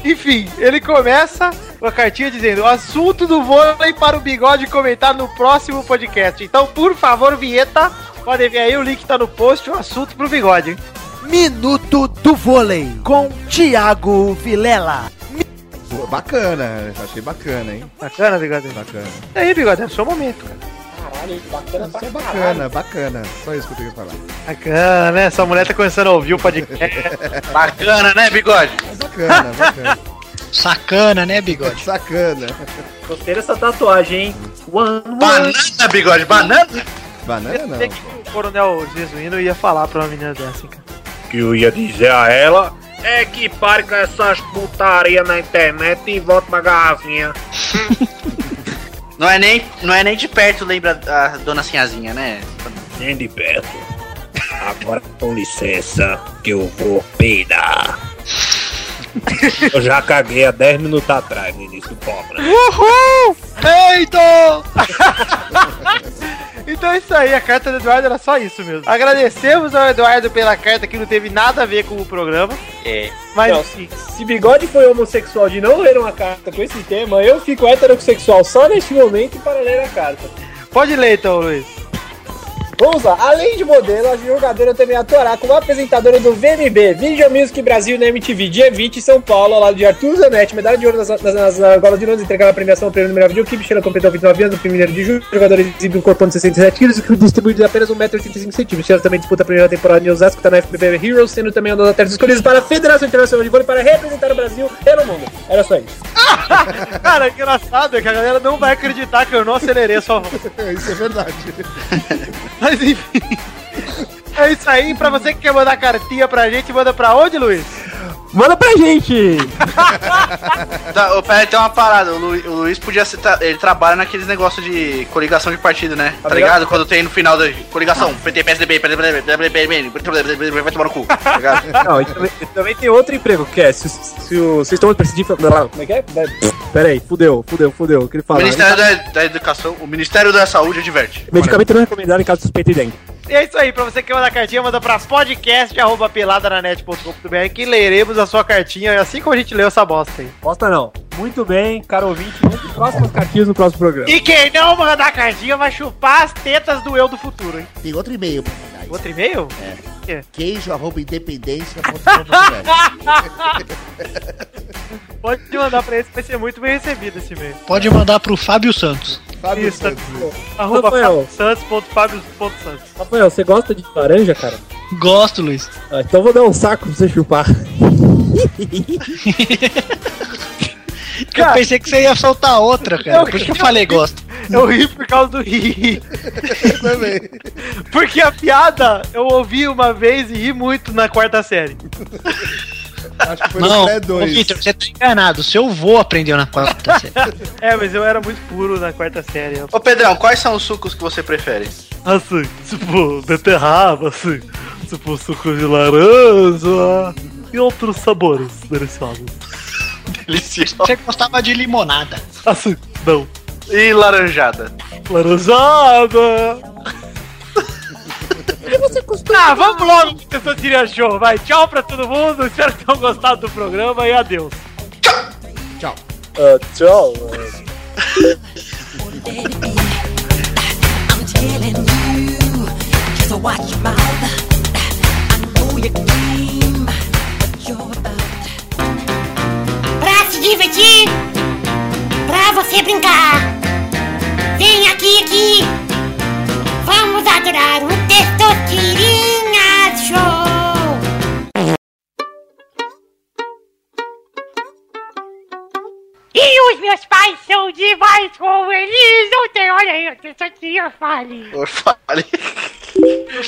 S6: Enfim, ele começa com a cartinha dizendo: assunto do vôlei para o bigode comentar no próximo podcast. Então, por favor, vinheta. Pode ver aí, o link tá no post, o assunto pro bigode. hein?
S4: Minuto do vôlei com Thiago Vilela.
S7: Pô, bacana, achei bacana, hein?
S6: Bacana, bigode.
S7: Bacana.
S6: E aí, bigode, é o seu momento, cara.
S8: Caralho, bacana pra
S7: é Bacana, bacana. Só isso que eu tenho que falar.
S6: Bacana, né? Essa mulher tá começando a ouvir o podcast.
S1: Bacana, né, bigode?
S7: Bacana, bacana.
S5: Sacana, né, bigode?
S7: Sacana.
S8: Gostei dessa tatuagem, hein?
S1: Banana, bigode, banana?
S7: Banana não.
S6: Eu sei que o coronel Jesuíno ia falar pra uma menina dessa, hein, cara.
S15: que eu ia dizer a ela é que pare com essas putaria na internet e volte pra garrafinha.
S1: Não é nem, não é nem de perto, lembra a dona Sinhazinha, né?
S15: Nem de perto. Agora com licença que eu vou peidar. Eu já caguei há 10 minutos atrás, ministro pobre.
S6: Uhul! Peito! então é isso aí, a carta do Eduardo era só isso mesmo. Agradecemos ao Eduardo pela carta que não teve nada a ver com o programa.
S1: É.
S6: Mas
S8: Não.
S6: sim.
S8: Se bigode foi homossexual de não ler uma carta com esse tema, eu fico heterossexual só neste momento para ler a carta.
S6: Pode ler então, Luiz.
S8: Vamos lá, além de modelo, a jogadora também atuará como apresentadora do VMB, Video Music Brasil na MTV, dia 20 em São Paulo, ao lado de Arthur Zanetti, medalha de ouro nas, nas, nas Angolas de Londres, entregada a premiação ao prêmio do melhor videoclipe, Sheila completou 29 anos, no primeiro de julho, jogador exibe um corpão de 67 quilos, que distribui de apenas 1,85m. Sheila também disputa a primeira temporada de Osasco, tá na FBB Heroes, sendo também uma das atletas escolhidas para a Federação Internacional de Vôlei para representar o Brasil pelo mundo. Era só isso.
S6: Cara, o engraçado é que a galera não vai acreditar que eu não acelerei a sua voz.
S7: Isso é verdade.
S6: Mas enfim. É isso aí, pra você que quer mandar cartinha pra gente, manda pra onde, Luiz?
S8: Manda pra gente!
S1: Tá, ô, peraí, tem uma parada. O, Lu- o Luiz podia ser. tra- Ele trabalha naqueles negócios de coligação de partido, né? Tá ligado? Quando tem no final da coligação. PT, PSDB, PSDB, PSDB, vai tomar no cu. Tá ligado?
S8: Não, e também, e também tem outro emprego, que é, se, se o- vocês estão perseguindo... Como é que é? Pera aí, fudeu, fudeu, fudeu, o que ele
S1: O
S8: fala? né?
S1: Ministério da, da Educação, o Ministério da Saúde adverte.
S8: Medicamento não recomendado é em caso de suspeita de dengue.
S6: E é isso aí, pra você que manda cartinha, manda pra podcast.peladananet.com.br que leremos a sua cartinha, assim como a gente leu essa bosta aí.
S8: Bosta não. Muito bem, caro ouvinte, muito próximas cartinhas no próximo programa.
S6: E quem não mandar cartinha vai chupar as tetas do eu do futuro, hein?
S7: Tem outro e-mail pra
S6: Outro e-mail?
S7: É. Queijo, arroba independência.
S6: Pode mandar pra esse, vai ser muito bem recebido esse e-mail.
S5: Pode mandar pro Fábio Santos.
S7: Fábio
S6: Isso,
S7: Santos.
S6: Arroba
S8: Rafael.
S6: santos.fábio.santos.
S8: Rafael, você gosta de laranja, cara?
S5: Gosto, Luiz.
S8: Ah, então vou dar um saco pra você chupar.
S5: Eu pensei que você ia soltar outra, cara. Por isso que eu falei gosto.
S6: Eu ri por causa do ri.
S7: Também.
S6: Porque a piada eu ouvi uma vez e ri muito na quarta série.
S7: Acho que é foi
S5: Não,
S7: no pré
S5: ô,
S7: 2.
S5: Vitor, você tá enganado. Seu avô aprendeu na quarta série.
S6: É, mas eu era muito puro na quarta série. Eu-
S1: Ô Pedrão, quais são os sucos que você prefere?
S2: Assim, tipo, beterraba, assim, tipo, suco de laranja e outros sabores deliciosos.
S1: Delicioso.
S5: Você gostava de limonada.
S2: Assim, não.
S1: E laranjada.
S2: Laranjada!
S6: Ah, vamos logo pro Tessão Tiria Show. Vai, tchau pra todo mundo. Espero que tenham gostado do programa e adeus.
S8: Ah, tchau. ah.
S16: I'm telling you, just watch your mouth. I know your game, but you're about.
S11: Pra se divertir, pra você brincar. Vem aqui, aqui. Vamos adorar o Testotirinha Show. E os meus pais são demais com eles. Não tem, olha aí, o Testotirinha fale.
S1: Eu falei.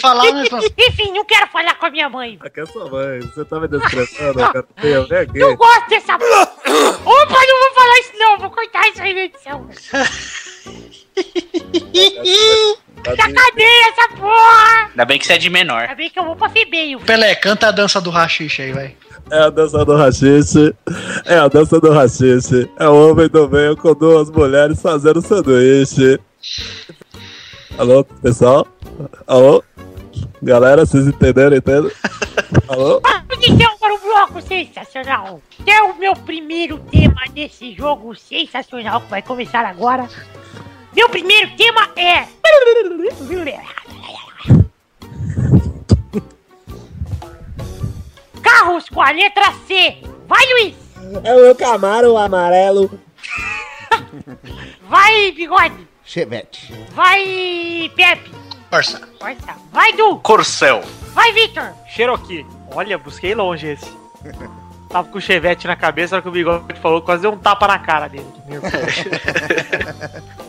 S5: falar, né,
S11: Enfim, não quero falar com a minha mãe.
S8: Aqui é sua mãe, você tá me desprezando, cara. Eu neguei.
S11: Não gosto dessa. Opa, não vou falar isso não, vou cortar isso aí na edição. Sacaneia essa porra!
S1: Ainda bem que você é de menor.
S11: Ainda bem que eu vou pra febeio.
S5: Pelé, canta a dança do rachixe aí, vai.
S8: É a dança do rachixe, é a dança do rachixe, é o homem do meio com duas mulheres fazendo sanduíche. Alô, pessoal? Alô? Galera, vocês entenderam, entendem? Alô?
S11: Vamos então para um bloco sensacional. Que é o meu primeiro tema desse jogo sensacional que vai começar agora. Meu primeiro tema é. Carros com a letra C. Vai, Luiz!
S8: É o meu Camaro amarelo.
S11: Vai, bigode!
S7: Chevette.
S11: Vai, Pepe!
S5: Força.
S11: Força. Vai, Du!
S1: Corcel.
S11: Vai, Victor!
S6: Cherokee. Olha, busquei longe esse. Tava com o Chevette na cabeça, na hora que o Bigode falou, quase deu um tapa na cara dele.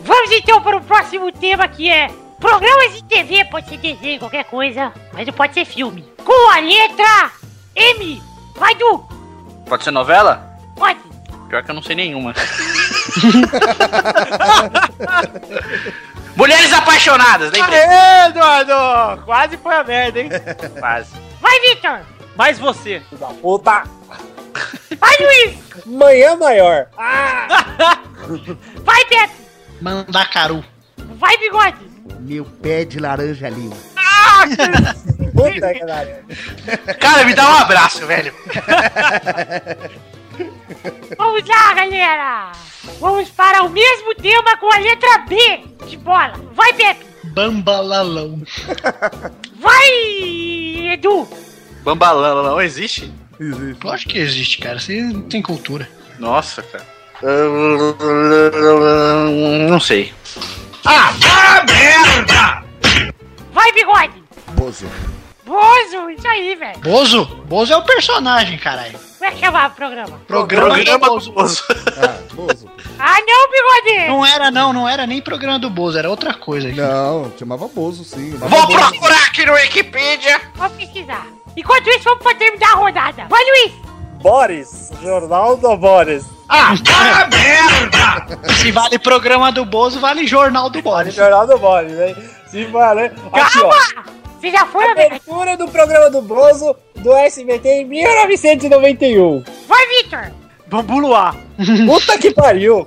S11: Vamos então para o próximo tema que é programas de TV, pode ser desenho, qualquer coisa, mas não pode ser filme. Com a letra M. Vai, Du!
S1: Pode ser novela?
S11: Pode!
S1: Pior que eu não sei nenhuma. Mulheres apaixonadas, nem
S6: Aê, Eduardo! Quase foi a merda, hein?
S1: Quase.
S11: Vai, Victor!
S6: Mas você.
S8: Da puta.
S11: Vai, Luiz!
S8: Manhã maior.
S11: Vai, Pepe!
S5: Mandacaru.
S11: Vai, Bigode!
S7: Meu pé de laranja lima.
S8: Puta que pariu.
S1: Cara, me dá um abraço, velho.
S11: Vamos lá, galera! Vamos para o mesmo tema com a letra B de bola. Vai, Pepe!
S5: Bambalalão.
S11: Vai, Edu!
S1: Bambalala não existe?
S7: Existe.
S5: Lógico que existe, cara. Você não tem cultura.
S1: Nossa, cara. Não sei.
S11: Ah, para merda! Vai, Bigode!
S7: Bozo.
S11: Bozo, isso aí, velho.
S5: Bozo? Bozo é o personagem, caralho.
S11: Como é que chamava o programa?
S5: Programa,
S1: Programa
S5: do Bozo.
S7: Ah, Bozo.
S11: Ah, não, Bigode!
S5: Não era, não. Não era nem programa do Bozo. Era outra coisa. aqui.
S7: Não, chamava Bozo, sim. Mas
S1: Vou
S7: Bozo-
S1: procurar aqui no Wikipedia.
S11: Vou pesquisar. Enquanto isso, vamos poder me dar a rodada. Vai, Luiz!
S8: Boris. Jornal do Boris.
S1: Ah, para merda!
S5: Se vale programa do Bozo, vale jornal do Boris.
S8: Jornal do Boris, hein? Se valer. Aqui, ó.
S11: Você já foi, velho?
S8: Abertura do programa do Bozo do SBT em 1991.
S11: Vai, Victor!
S6: Bambu Luar.
S8: Puta que pariu!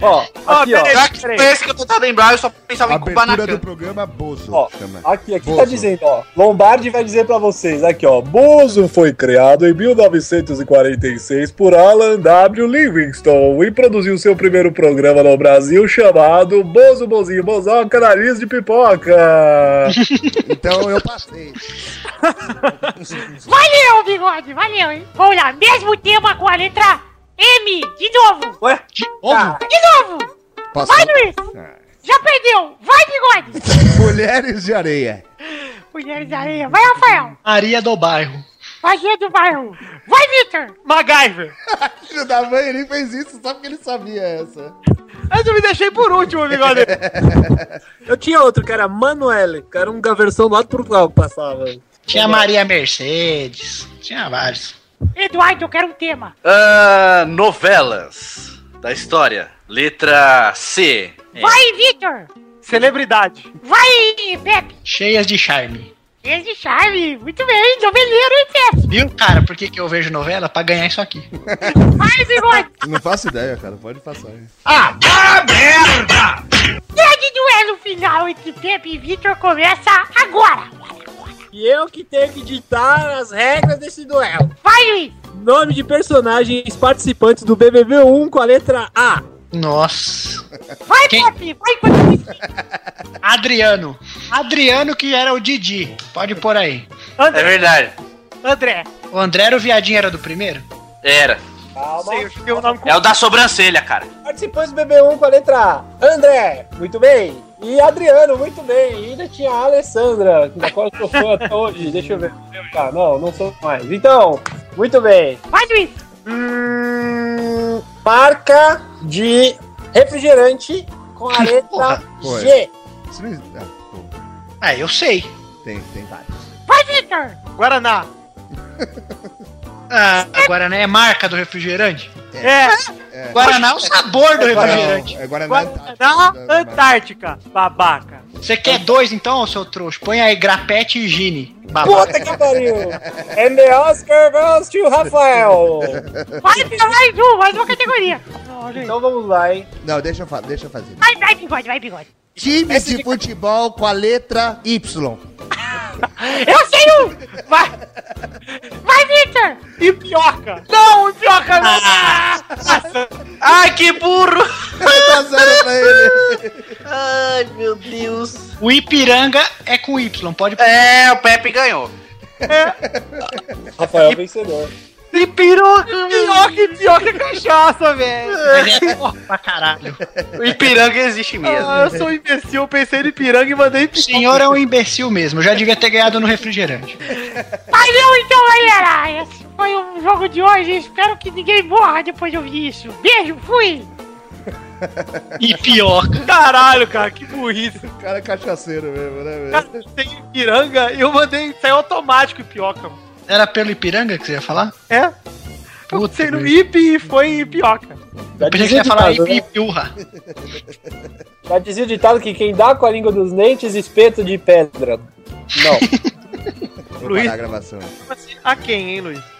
S17: Ó, aqui, ó.
S1: Já
S6: É.
S1: que foi esse que eu tentava lembrar, eu só pensava em
S7: Abertura
S1: Kubanacan.
S7: do programa Bozo.
S17: Ó,
S7: chama.
S17: Aqui, aqui tá
S7: Bozo.
S17: dizendo, ó. Lombardi vai dizer pra vocês, aqui, ó. Bozo foi criado em 1946 por Alan W. Livingston e produziu seu primeiro programa no Brasil chamado Bozo Bozinho Bozoca Nariz de Pipoca.
S7: então eu passei.
S11: Valeu, bigode, valeu, hein? Vamos lá, mesmo tema com a letra M, de novo.
S17: Ué?
S11: De novo? Tá. De novo.
S7: Passou.
S11: Vai, Luiz. Já perdeu. Vai, bigode.
S7: Mulheres de areia.
S11: Mulheres da areia. Vai, Rafael.
S5: Maria do bairro.
S11: Magia do bairro. Vai, Victor.
S6: MacGyver.
S7: Filho da mãe, ele fez isso só porque ele sabia essa.
S6: Mas eu me deixei por último, bigode.
S8: Eu tinha outro, que era Manuele, que era uma versão lá do Portugal que passava.
S5: Tinha Maria Mercedes. Tinha vários.
S11: Eduardo, eu quero um tema.
S1: Ah, novelas da história. Letra C.
S11: Vai, Victor.
S6: Celebridade.
S11: Vai, Pepe.
S5: Cheias de charme.
S11: Esse charme. Muito bem, noveleiro, hein, Pepe.
S5: Viu, cara, por que, que eu vejo novela? Pra ganhar isso aqui.
S11: Vai, bigode.
S7: Não faço ideia, cara. Pode passar. hein?
S11: Ah, merda! Grande duelo final entre Pepe e Victor começa agora.
S8: E eu que tenho que ditar as regras desse duelo.
S11: Vai, Luiz.
S8: Nome de personagens participantes do BBB1 com a letra A.
S5: Nossa.
S11: Vai, Pepe. Vai, Pepe.
S5: Adriano. Adriano que era o Didi. Pode pôr aí.
S1: É verdade.
S6: André.
S5: O André era o viadinho, era do primeiro?
S1: Era.
S6: Sei, eu fiquei o nome com...
S1: É o da sobrancelha, cara.
S8: Participantes do BB1 com a letra A. André, muito bem. E Adriano, muito bem. E ainda tinha a Alessandra, da qual eu sou fã até hoje. Deixa eu ver. Tá, não, não sou mais. Então, muito bem.
S11: Vai, Luiz.
S8: Hum, marca de refrigerante com a letra
S7: Pô,
S8: G.
S7: Isso não existe. Ah, pô,
S5: Ah, eu sei.
S7: tem, tem vários.
S11: Vai, Victor.
S6: Guaraná.
S5: Ah, Guaraná é marca do refrigerante?
S6: É.
S7: É.
S5: Guaraná é o sabor do
S7: É Guaraná-
S5: refrigerante.
S7: É Guaraná.
S6: Guaraná
S7: é
S6: Antártica. Babaca.
S5: Você quer dois então, seu trouxa? Põe aí grapete e gine. Babaca.
S8: Puta que pariu! And the Oscar goes to Rafael!
S11: Vai pra mais um, mais uma categoria.
S8: Então vamos lá, hein?
S7: Não, deixa eu, fa- deixa eu fazer.
S11: Vai, vai, bigode, vai, bigode.
S7: Time de futebol com a letra Y.
S11: Eu sei um! Vai! Vai, Victor!
S6: E pioca. Não, pioca não.
S1: Ai, que burro!
S7: Tá zero pra ele.
S4: Ai, meu Deus.
S5: O Ipiranga é com Y, pode pôr.
S1: É, o Pepe ganhou.
S17: Rafael vencedor.
S6: E piroca. Pioca e pioca é cachaça, velho.
S5: Mas é porra pra caralho.
S1: O Ipiranga existe mesmo.
S6: Ah, eu sou um imbecil, eu pensei no piranga e mandei
S5: O senhor é um imbecil mesmo, já devia ter ganhado no refrigerante.
S11: Valeu então, galera! Esse foi o jogo de hoje. Espero que ninguém morra depois de ouvir isso. Beijo, fui!
S5: E pioca.
S6: Caralho, cara, que burrice.
S7: O cara é cachaceiro mesmo, né,
S6: Cara,
S7: velho?
S6: tem piranga e eu mandei, saiu automático e pioca, mano.
S5: Era pelo Ipiranga que você ia falar?
S6: É? Eu
S5: Puta né?
S6: pensei no
S5: merda.
S6: IP e foi em pioca.
S5: Eu
S8: Já
S5: pensei que você
S8: dizia,
S5: ia falar
S8: ditado, né?
S5: Ipiurra.
S8: Já dizia o ditado que quem dá com a língua dos dentes, espeto de pedra. Não.
S7: Vou
S6: Luiz.
S7: parar a gravação.
S6: Tipo assim, A quem, hein, Luiz?